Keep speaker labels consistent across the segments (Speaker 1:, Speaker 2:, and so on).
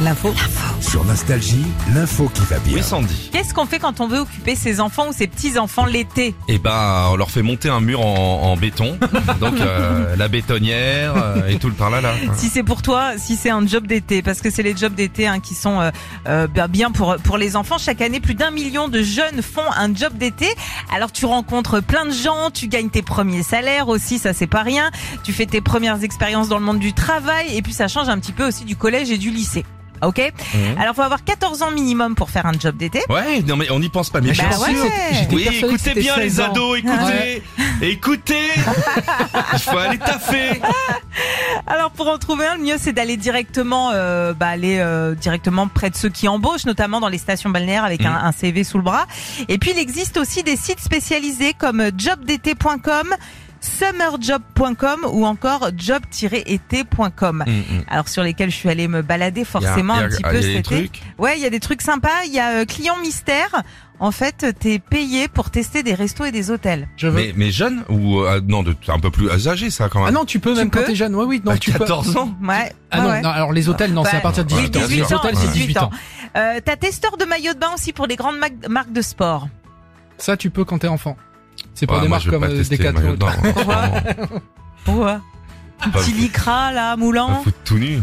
Speaker 1: L'info.
Speaker 2: Sur Nostalgie, l'info qui va bien.
Speaker 3: Oui, Sandy.
Speaker 1: Qu'est-ce qu'on fait quand on veut occuper ses enfants ou ses petits-enfants l'été
Speaker 3: Eh ben, on leur fait monter un mur en, en béton. Donc, euh, la bétonnière euh, et tout le par là, là.
Speaker 1: Si c'est pour toi, si c'est un job d'été, parce que c'est les jobs d'été hein, qui sont euh, euh, ben, bien pour, pour les enfants. Chaque année, plus d'un million de jeunes font un job d'été. Alors tu rencontres plein de gens, tu gagnes tes premiers salaires aussi, ça c'est pas rien. Tu fais tes premières expériences dans le monde du travail et puis ça change un petit peu aussi du collège et du lycée. Ok Alors faut avoir 14 ans minimum pour faire un job d'été.
Speaker 3: Ouais, non mais on n'y pense pas, mais
Speaker 1: Bah
Speaker 3: bien sûr.
Speaker 1: ouais.
Speaker 3: Oui,
Speaker 4: persuadée que
Speaker 3: écoutez
Speaker 4: c'était
Speaker 3: bien
Speaker 4: 16
Speaker 3: les
Speaker 4: ans.
Speaker 3: ados, écoutez, écoutez. Il faut aller taffer.
Speaker 1: Alors pour en trouver un, le mieux c'est d'aller directement, euh, bah, aller euh, directement près de ceux qui embauchent, notamment dans les stations balnéaires
Speaker 3: Mmh.
Speaker 1: avec un, un CV sous le bras. Et puis il existe aussi des sites spécialisés comme jobdt.com summerjob.com ou encore job-été.com alors sur lesquels je suis allée me balader forcément
Speaker 3: Mmh. Il y a-
Speaker 1: un petit
Speaker 3: il y a- il
Speaker 1: peu
Speaker 3: y a des
Speaker 1: cet été
Speaker 3: trucs.
Speaker 1: ouais il y a des trucs sympas il y a euh, client mystère en fait t'es payé pour tester des restos et des hôtels
Speaker 4: Je veux.
Speaker 3: Mais, mais jeune ou euh, non, de, un peu plus âgé, ça quand même.
Speaker 4: Ah non, tu peux même
Speaker 1: peux
Speaker 4: quand t'es jeune. Ouais, oui, non,
Speaker 3: À
Speaker 4: tu peux.
Speaker 3: 14 ans.
Speaker 1: ouais
Speaker 4: Ah
Speaker 1: ouais,
Speaker 4: non,
Speaker 1: ouais. Bah,
Speaker 4: non, alors les hôtels, non, c'est à partir de
Speaker 3: Ouais,
Speaker 4: 18 ans.
Speaker 3: bien sûr.
Speaker 4: Les hôtels, c'est 18 ans.
Speaker 1: Euh, T'as testeur de maillot de bain aussi pour les grandes mag- marques de sport.
Speaker 4: Ça, tu peux quand t'es enfant. C'est pour
Speaker 3: Ah,
Speaker 4: des
Speaker 3: moi,
Speaker 4: marques
Speaker 3: je vais
Speaker 4: comme
Speaker 3: pas
Speaker 4: euh,
Speaker 3: tester le maillot
Speaker 4: Decathlon.
Speaker 3: de bain, hein, franchement.
Speaker 1: Pourquoi Petit lycra là,
Speaker 3: Pas
Speaker 1: moulant.
Speaker 3: foutre tout nu.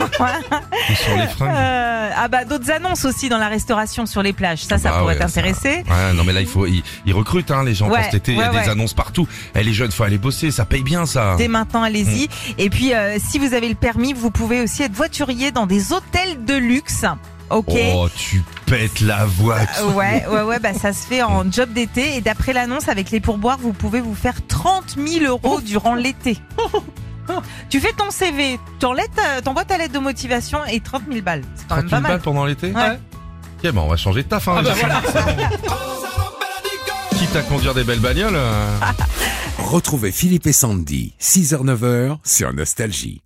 Speaker 3: Ou sur les fringues.
Speaker 1: Euh, ah bah d'autres annonces aussi dans la restauration sur les plages. Ça, ça
Speaker 3: Bah
Speaker 1: pourrait
Speaker 3: ouais,
Speaker 1: t'intéresser.
Speaker 3: Ouais, non mais là il faut ils, ils recrutent hein les gens
Speaker 1: Ouais,
Speaker 3: pour cet été, il y a
Speaker 1: ouais,
Speaker 3: des
Speaker 1: ouais.
Speaker 3: annonces partout. Eh les jeunes faut aller bosser, ça paye bien ça.
Speaker 1: Dès maintenant,
Speaker 3: Mm.
Speaker 1: allez-y. Et puis, euh, si vous avez le permis, vous pouvez aussi être voiturier dans des hôtels de luxe. Ok.
Speaker 3: Oh, tu pètes la voix.
Speaker 1: Ouais, ouais, ouais, bah ça se fait
Speaker 3: Mm.
Speaker 1: en job d'été. Et d'après l'annonce, avec les pourboires, vous pouvez vous faire 30 000 euros durant l'été. Tu fais ton CV, t'enlèves ta- euh, t'envoies ta lettre de motivation et 30 000 balles. C'est quand
Speaker 3: 30
Speaker 1: même pas
Speaker 3: 000
Speaker 1: mal.
Speaker 3: balles pendant l'été
Speaker 1: Ouais.
Speaker 3: Ok, bah on va changer de taf. Hein,
Speaker 1: Ah,
Speaker 3: les gens. Quitte à conduire des belles bagnoles. euh,
Speaker 2: Retrouvez Philippe et Sandy, 6h-9h sur Nostalgie.